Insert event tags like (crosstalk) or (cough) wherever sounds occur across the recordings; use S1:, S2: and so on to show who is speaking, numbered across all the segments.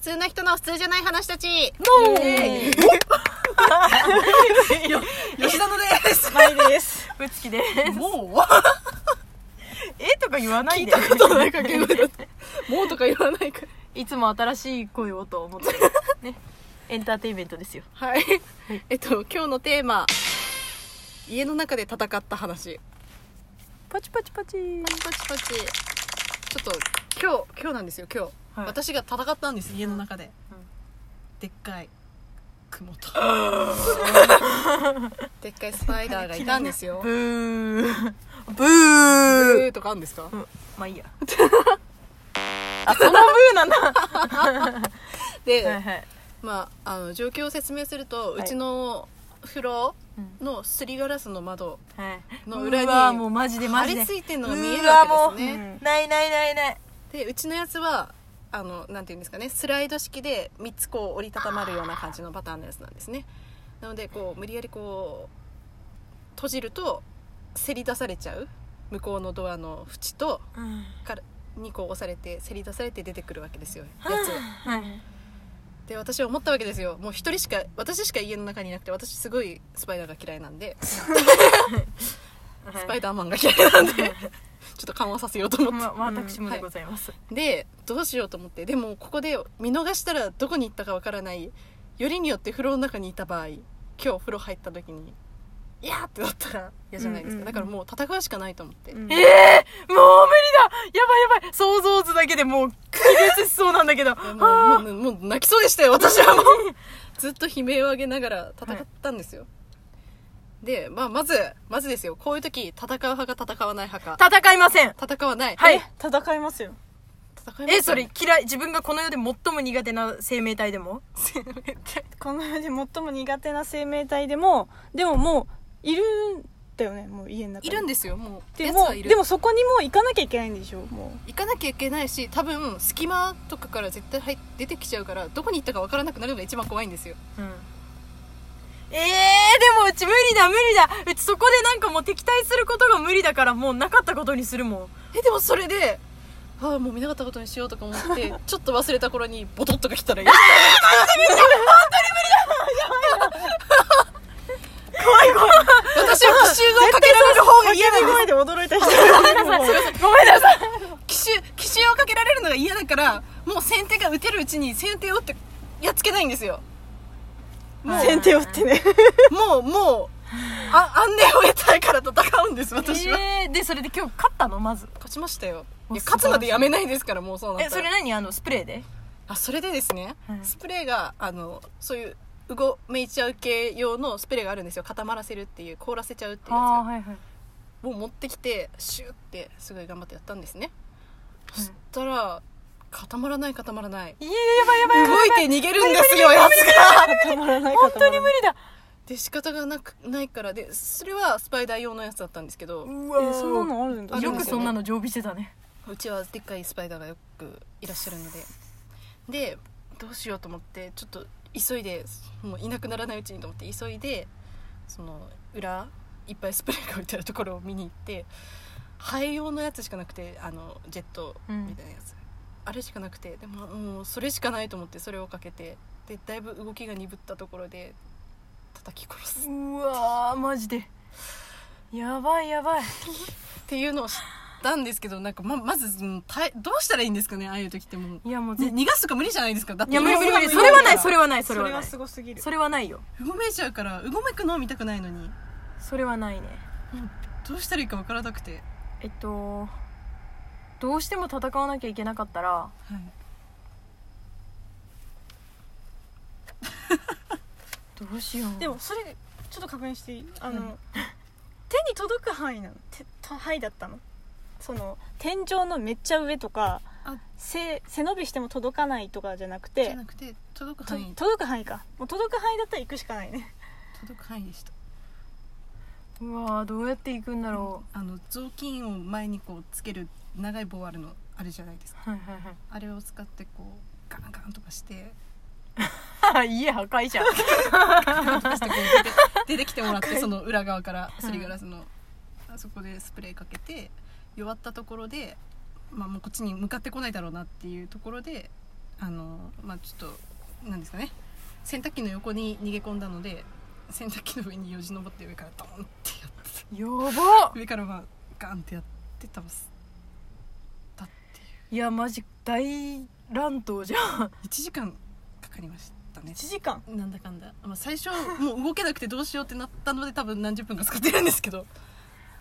S1: 通な人の普通じゃない話たち。
S2: (laughs) 吉田のです。
S3: マイです。ぶつきです。
S2: も
S3: (laughs) えとか言わないで。
S2: うなんかけど、もうとか言わないから。
S3: いつも新しい声をと (laughs) 思って。ね。エンターテインメントですよ。
S2: はい。えっと、今日のテーマ。家の中で戦った話。
S3: パチパチパチ。
S2: パチパチ。ちょっと、今日、今日なんですよ、今日。
S3: はい
S2: 私が戦ったんです、家の中で。
S3: うん
S2: でっかい。雲 (laughs) と。でっかいスパイダーがいたんです (laughs) よ
S3: ブ。ー。ブ
S2: ブ
S3: ー。
S2: ーとかあるんですか。
S3: まあいいや。あ、そのブーなんだ。
S2: で、
S3: はいはい。
S2: まあ、あの状況を説明すると、
S3: はいう
S2: ちの風呂
S3: うん
S2: のすりガラスの窓
S3: はい。
S2: の裏に
S3: うわもうマジでマ
S2: 張
S3: ジで。
S2: り付いてるのが見え
S3: う
S2: る
S3: わも
S2: わ
S3: う
S2: けですね
S3: ないないないない。
S2: でうちのやつはあのなんていうんですかねスライド式で3つこう折りたたまるような感じのパターンのやつなんですねなのでこう無理やりこう閉じるとせり出されちゃう向こうのドアの縁と
S3: うん。
S2: からにこう押されてせり出されて出てくるわけですよやつを
S3: はい。
S2: で私は思ったわけですよもう一人しか私しか家の中にいなくて私すごいスパイダーが嫌いなんでスパイダーマンが嫌いなんで
S3: (laughs)
S2: ちょっと緩和させようと思って、
S3: ま、私もでございます。
S2: でどうしようと思ってでもここで見逃したらどこに行ったかわからないよりによって風呂の中にいた場合今日風呂入った時にいやーってなったら嫌じゃないですか、
S3: うんうんうん
S2: だからもう戦うしかないと思って、
S3: ええー、もう無理だやばいやばい想像図だけでもう、気絶しそうなんだけど。
S2: いや
S3: は
S2: も
S3: あ
S2: うもうもう泣きそうでしたよ私
S3: (laughs)
S2: はもうずっと悲鳴を上げながら戦ったんですよ、で、まあ、まずまずですよこういう時戦う派か戦わない派か
S3: 戦いません
S2: 戦わない
S3: は
S2: え
S3: い戦いますよ
S2: 戦います
S3: えそれ嫌い自分がこの世で最も苦手な生命体でも
S4: この世で最も苦手な生命体でもでももういるんだよねもう家の中に
S2: いるんですよもう
S4: で
S2: やつ
S4: も
S2: はいる
S4: でもそこにもう行かなきゃいけないんでしょも
S2: 行かなきゃいけないし多分隙間とかから絶対入っ出てきちゃうからどこに行ったか分からなくなるのが一番怖いんですよ
S3: うんえー、でもうち無理だ無理だうちそこでなんかもう敵対することが無理だからもうなかったことにするもん
S2: えでもそれでああもう見なかったことにしようとか思ってちょっと忘れた頃にボトッとか来たらいい
S3: 怖い怖い
S2: 私は奇襲をかけられる方が嫌
S4: う
S2: なんで
S4: 声で驚いた人がいるもう
S3: ごめんなさい
S2: す奇襲奇襲をかけられるのが嫌だからもう先手が打てるうちに先手を打ってやっつけないんですよもう
S4: 先手を打ってね
S2: もうもうあ安寧を得たいから戦うんです私は、
S3: えー、でそれで今日勝ったのまず
S2: 勝ちましたよい
S3: お
S2: や
S3: 素晴らし
S2: 勝つ
S3: い
S2: までやめないですからもうそうなったら
S3: えそれ何あのスプレーで
S2: あそれでですね、
S3: はい
S2: スプレーがあのそういううごめいちゃう系用のスプレーがあるんですよ固まらせるっていう凍らせちゃうっていうや
S3: ーはいはい
S2: つを持ってきてシューってすごい頑張ってやったんですね、そしたら固まらない固まらない
S3: いややばいやばいやばい
S2: 動いて逃げるんですよやつが
S4: 固まらない
S3: 本
S4: 固ま
S3: 当に
S4: ら
S3: 無
S4: ない
S3: 理だ
S2: で仕方がなくないからでそれはスパイダー用のやつだったんですけど、う
S3: う
S4: えそんなのあるんだ
S2: ある
S3: よ
S2: んで
S3: く
S2: す
S3: そんなの常備してたね
S2: ちはでっかいスパイダーがよくいらっしゃるのででどうしようと思ってちょっと急いでもういなくならないうちにと思って急いでその裏いっぱいスプレーが置いてあるところを見に行って肺用のやつしかなくてあのジェットみたいなやつ、あれしかなくてでももうそれしかないと思ってそれをかけてでだいぶ動きが鈍ったところで叩き殺すっ
S3: うわーマジでやばいやばい
S2: ていうのを知ったんですけどなんかままずうんたいどうしたらいいんですかねああいう時ってもう、
S3: いやもう
S2: ね
S3: 絶
S2: 逃がすとか無理じゃないですかだって
S3: いや無理無理無理それはないそれはないそれはない
S4: ごすぎる
S3: それはないよ
S2: うごめいちゃうからうごめくのを見たくないのに
S3: それはないね
S2: どうしたらいいか分からなくて、
S3: えっとどうしても戦わなきゃいけなかったら
S2: はい、
S3: どうしよう
S4: でもそれちょっと確認していいあの、
S2: うん
S4: 手に届く範囲なの手と範囲だったのその天井のめっちゃ上とか
S2: あ
S4: 背背伸びしても届かないとかじゃなく
S2: じ
S4: て
S2: ゃなくて届く
S4: と
S2: 範囲
S4: 届く範囲かもう届く範囲だったら行くしかないね (laughs)
S2: 届く範囲でした
S3: うわーどうやって行くんだろ
S2: あの雑巾を前にこうつける長い棒あるのあれじゃないですか
S3: うはいは
S2: あれを使ってこうガンガンとかして
S3: いはい (laughs) 家破壊じゃん
S2: ガンとかしてこ (laughs) う出て出てきてもらってその裏側からすりガラスのあそこでスプレーかけて弱ったところで、まあ、もうこっちに向かってこないだろうなっていうところであのまあちょっとなんですかね洗濯機の横に逃げ込んだので洗濯機の上によじ登って上からドーンってやって
S3: やば
S2: 上からまあガンってやって倒すだっていう
S3: いやマジ大乱闘じゃん
S2: 1時間かかりましたね
S4: 1時間
S2: なんだかんだ、まあ、最初もう動けなくてどうしようってなったので多分何十分か使ってるんですけ (laughs) ど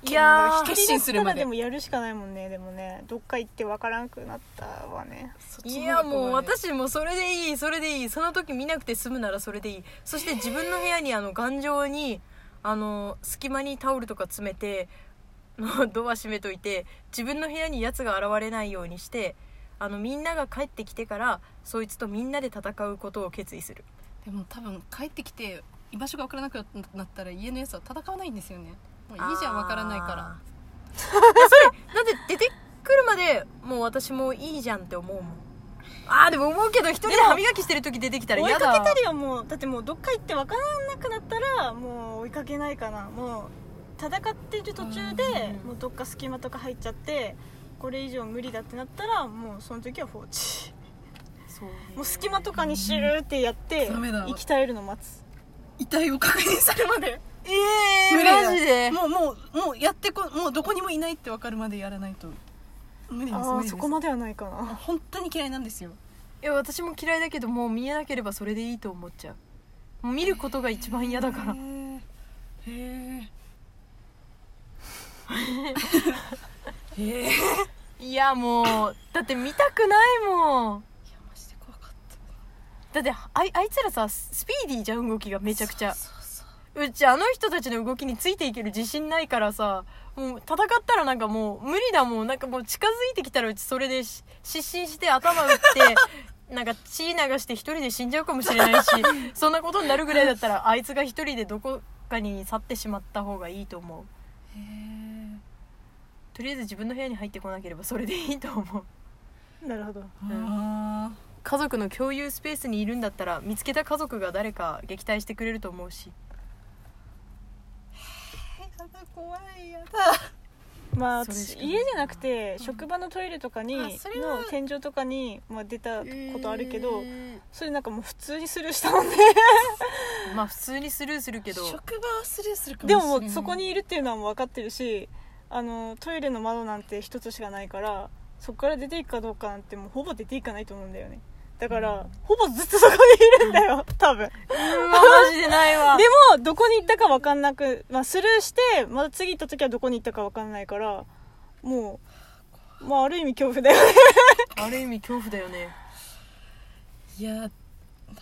S3: いや
S2: 決心するまで
S4: 一人だったらでもやるしかないもんねでもねどっか行ってわからんくなったわね
S3: いやもう私もうそれでいいそれでいいその時見なくて済むならそれでいいそして自分の部屋にあの頑丈にあの隙間にタオルとか詰めて (laughs) もうドア閉めといて自分の部屋にやつが現れないようにしてあのみんなが帰ってきてからそいつとみんなで戦うことを決意する
S2: でも多分帰ってきて居場所が分からなくなったら家のやつは戦わないんですよねもういいじゃん分からないから
S3: らだって出てくるまでもう私もいいじゃんって思うもんあーでも思うけど一人で歯磨きしてる時出てきたら
S4: 追い
S3: 嫌
S4: か
S3: だ
S4: けたりはもうだってもうどっか行ってわからなくなったらもう追いかけないかなもう戦ってる途中で
S3: うん
S4: もうどっか隙間とか入っちゃってこれ以上無理だってなったらもうその時は放置
S3: そう
S4: もう隙間とかにシューってやって
S2: ダメだ
S4: 生き絶えるの待つ
S2: (laughs) 遺体を確認されるまで
S3: ええー、マジで
S2: もうもうもうやってこもうどこにもいないって分かるまでやらないと無理です
S4: あ
S2: 無
S4: あ
S2: 理です
S4: そこまではないかな
S2: 本当に嫌いなんですよ
S3: いや私も嫌いだけどもう見えなければそれでいいと思っちゃうもう見ることが一番嫌だから
S2: へーへえへえ
S3: いやもうだって見たくないもん
S2: いやマジで怖かった
S3: だってあいあいつらさスピーディーじゃん動きがめちゃくちゃ
S2: そうそう
S3: うちあの人たちの動きについていける自信ないからさもう戦ったらなんかもう無理だもんなんかもう近づいてきたらうちそれでし失神して頭打って (laughs) なんか血流して一人で死んじゃうかもしれないしそんなことになるぐらいだったらあいつが一人でどこかに去ってしまった方がいいと思う
S2: へえ
S3: とりあえず自分の部屋に入ってこなければそれでいいと思う
S4: なるほど
S2: あ
S3: (laughs) 家族の共有スペースにいるんだったら見つけた家族が誰か撃退してくれると思うし
S2: ー怖いや
S4: まあ
S3: それし
S4: 私
S3: かない
S4: 家じゃなくて職場のトイレとかに
S2: あそれは
S4: の天井とかに、まあ、出たことあるけど、
S2: え
S4: それなんかもう普通にスルーしたもんね
S3: まあ普通にスルーするけ
S2: ー
S3: ど (laughs)
S2: 職場はスルーするかもし
S4: で
S2: れな
S4: も
S2: い
S4: もうそこにいるっていうのはもう分かってるしあのトイレの窓なんて一つしかないからそこから出ていくかどうかなんてもうほぼ出ていかないと思うんだよねだから、ほぼずっとそこにいるんだよ (laughs) 多分
S3: うわマジでないわ
S4: でもどこに行ったか分かんなく、まあ、スルーしてまた次行った時はどこに行ったか分かんないからもう、まあ、ある意味恐怖だよね
S3: ある意味恐怖だよね
S2: いやーダメだな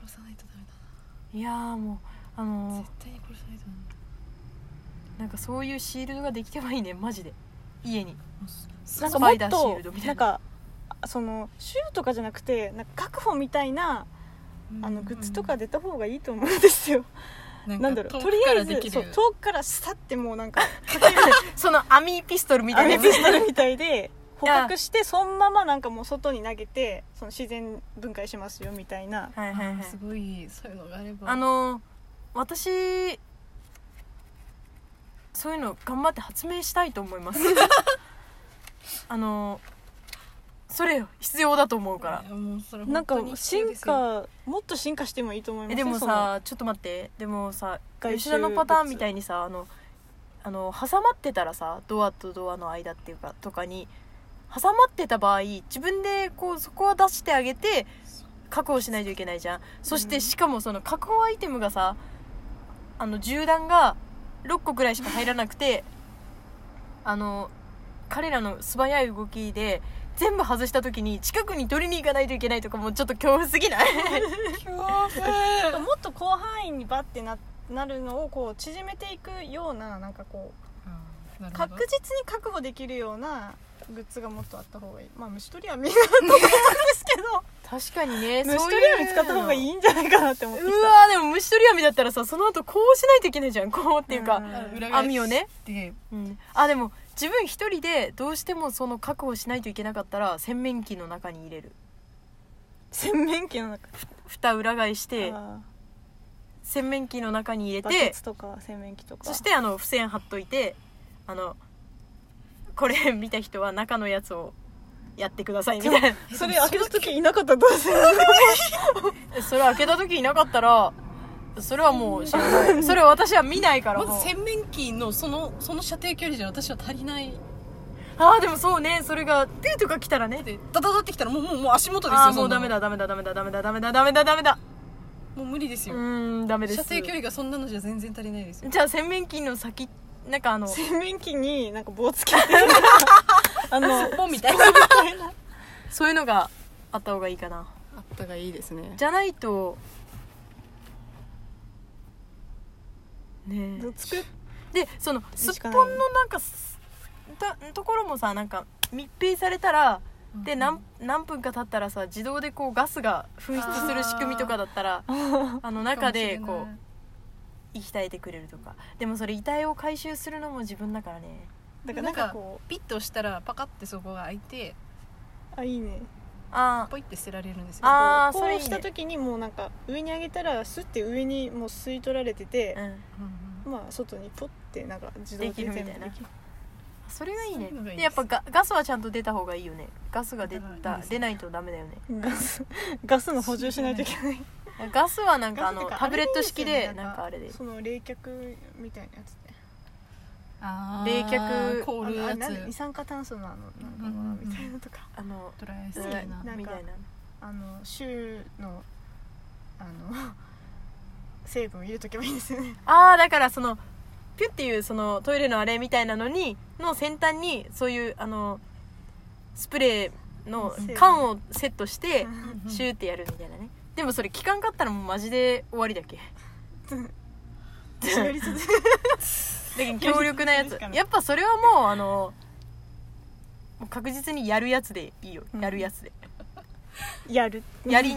S2: 殺さないとダメだ
S3: いやーもうあ
S2: な
S3: の
S2: 絶対に殺さないとダメだ
S3: ーなんかそういうシールドができてばいいねマジで家に
S2: な
S4: なん
S3: ス
S4: かも
S3: パ
S4: っ
S3: イダーシールド
S4: と
S3: みた
S4: ないん
S3: な
S4: かそのシューとかじゃなくてなんか確保みたいなあのグッズとか出た方がいいと思うんですよ
S2: なん
S4: なんだろうとりあえずそう遠くからさってもうなんか
S3: その網ピストルみた
S4: ア
S3: いな
S4: メ
S3: やつ
S4: ピストルみたいで捕獲してそのままなんかもう外に投げてその自然分解しますよみたいな
S3: はいはいはい
S2: すごいそういうのがあれば
S3: あのー私そういうの頑張って発明したいと思いますあのーそれ必要だと思うから
S2: いやもうそれ
S4: なんか
S2: 本当に必要
S4: 進
S2: ですよ
S4: 化もっと進化してもいいと思います
S3: えで
S4: よ
S3: も
S4: その
S3: さちょっと待ってでもさ
S4: 外周
S3: 吉田のパターンみたいにさあのあの挟まってたらさドアとドアの間っていうかとかに挟まってた場合自分でこうそこは出してあげて確保しないといけないじゃんそしてしかもその確保アイテムがさあの銃弾が6個くらいしか入らなくてあの彼らの素早い動きで全部外した時に近くに取りに行かないといけないとかもうちょっと恐怖すぎない
S4: もっと広範囲にバッてななるのをこう縮めていくようななんかこう
S2: うんなるほど
S4: 確実に確保できるようなグッズがもっとあった方がいいまあ虫取り網がですけど
S3: 確かにね
S4: 虫
S3: そう
S4: 取
S3: いう
S4: り網使った方がいいんじゃないかなって思ってき
S3: う
S4: た
S3: わーでも虫取り網だったらさその後こうしないといけないじゃんこうっていうか、
S4: うん
S2: あの裏返
S3: 網をね、
S2: して
S3: うんあでも自分一人でどうしてもその確保しないといけなかったら洗面器の中に入れる
S4: 洗面器の中
S3: 蓋裏返して
S4: あ
S3: 洗面器の中に入
S4: ー
S3: れ
S4: バケ
S3: て
S4: ツとか洗面器とか
S3: そしてあの付箋貼っといてあのこれ見た人は中のやつをやってくださいみたいな
S4: それ開けた時いなかったらどうする
S3: それ開けた時いなかったらそれはもう知らないそれ私は見ないから
S2: ま
S3: もう
S2: ず洗面器のそのその射程距離じゃ私は足りない
S3: ああでもそうねそれがデートが来たらね
S2: でダダダってきたらもうもうもう足元ですよ
S3: ああ
S2: そ
S3: もうん
S2: なの
S3: ダメだダメだダメだダメだダメだダメだダメだ
S2: もう無理です
S3: う
S2: よ、
S3: ーんダメです
S2: 射程距離がそんなのじゃ全然足りないです
S3: (laughs)
S2: よ
S3: じゃあ洗面器の先なんかあの
S4: 洗面器になんか棒つけて (laughs) あの
S2: ポンみたいな
S3: そういうのがあった方がいいかな
S2: あったがいいですね
S3: じゃないとね
S4: つく
S3: えでそのすっ
S4: し
S3: ぽ
S4: か
S3: ん
S4: ない
S3: のなんかすたところもさなんか密閉されたらで何何分か経ったらさ自動でこうガスが噴出する仕組みとかだったらあの中でこう液体でくれるとかでもそれ遺体を回収するのも自分だからね
S4: だからなんかこ
S2: ピッと押したらパカってそこが開いて
S4: うあいいね
S3: あー
S2: ポイって捨てられるんですよ
S3: あー
S4: こう
S3: それいい
S4: こ
S3: ね
S4: うした時にもうなんか上に上げたらスッて上にもう吸い取られてて
S3: う、ん
S2: うんうん
S4: まあ外にポッてなんか自動
S3: できるみたいな
S4: できる
S3: それがいいね
S2: そういうのがいい
S3: でやっぱガガスはちゃんと出た方がいいよねガスが出
S2: 出た方がいいで
S3: た
S2: すね
S3: 出ないとダメだよね
S4: ガス (laughs) ガスの補充しないといけない
S3: ガスはなんかあ
S4: ガス
S3: の
S4: ってか
S3: タブレット式
S4: あれでいい
S3: で
S4: ですよね
S3: なんかあれで
S4: その冷却みたいなやつで
S2: あー
S3: 冷却
S2: 凍る
S4: あ
S2: や
S4: あ
S2: つ
S4: なんで二酸化炭素のあのなんかみたいなとか、
S3: あの
S2: ドライアイス
S3: み
S2: み
S3: た
S2: た
S3: い
S2: い
S3: な
S2: な
S4: うん
S3: みたいな
S4: あの州のあの成分を入れとけばいいんですよね
S3: ああだからそのピュっていうそのトイレのあれみたいなのにの先端にそういうあのスプレーの缶をセット
S4: (laughs)
S3: してシューってやるみたいなねでもそれ効かんかったらもうマジで終わりだっけ
S4: よりちょっと
S3: だけど強力なや
S4: (laughs)
S3: つ
S4: 確かに
S3: やっぱそれはもうあのもう確実にやるやつでいいよやるやつで
S4: やる
S3: やりに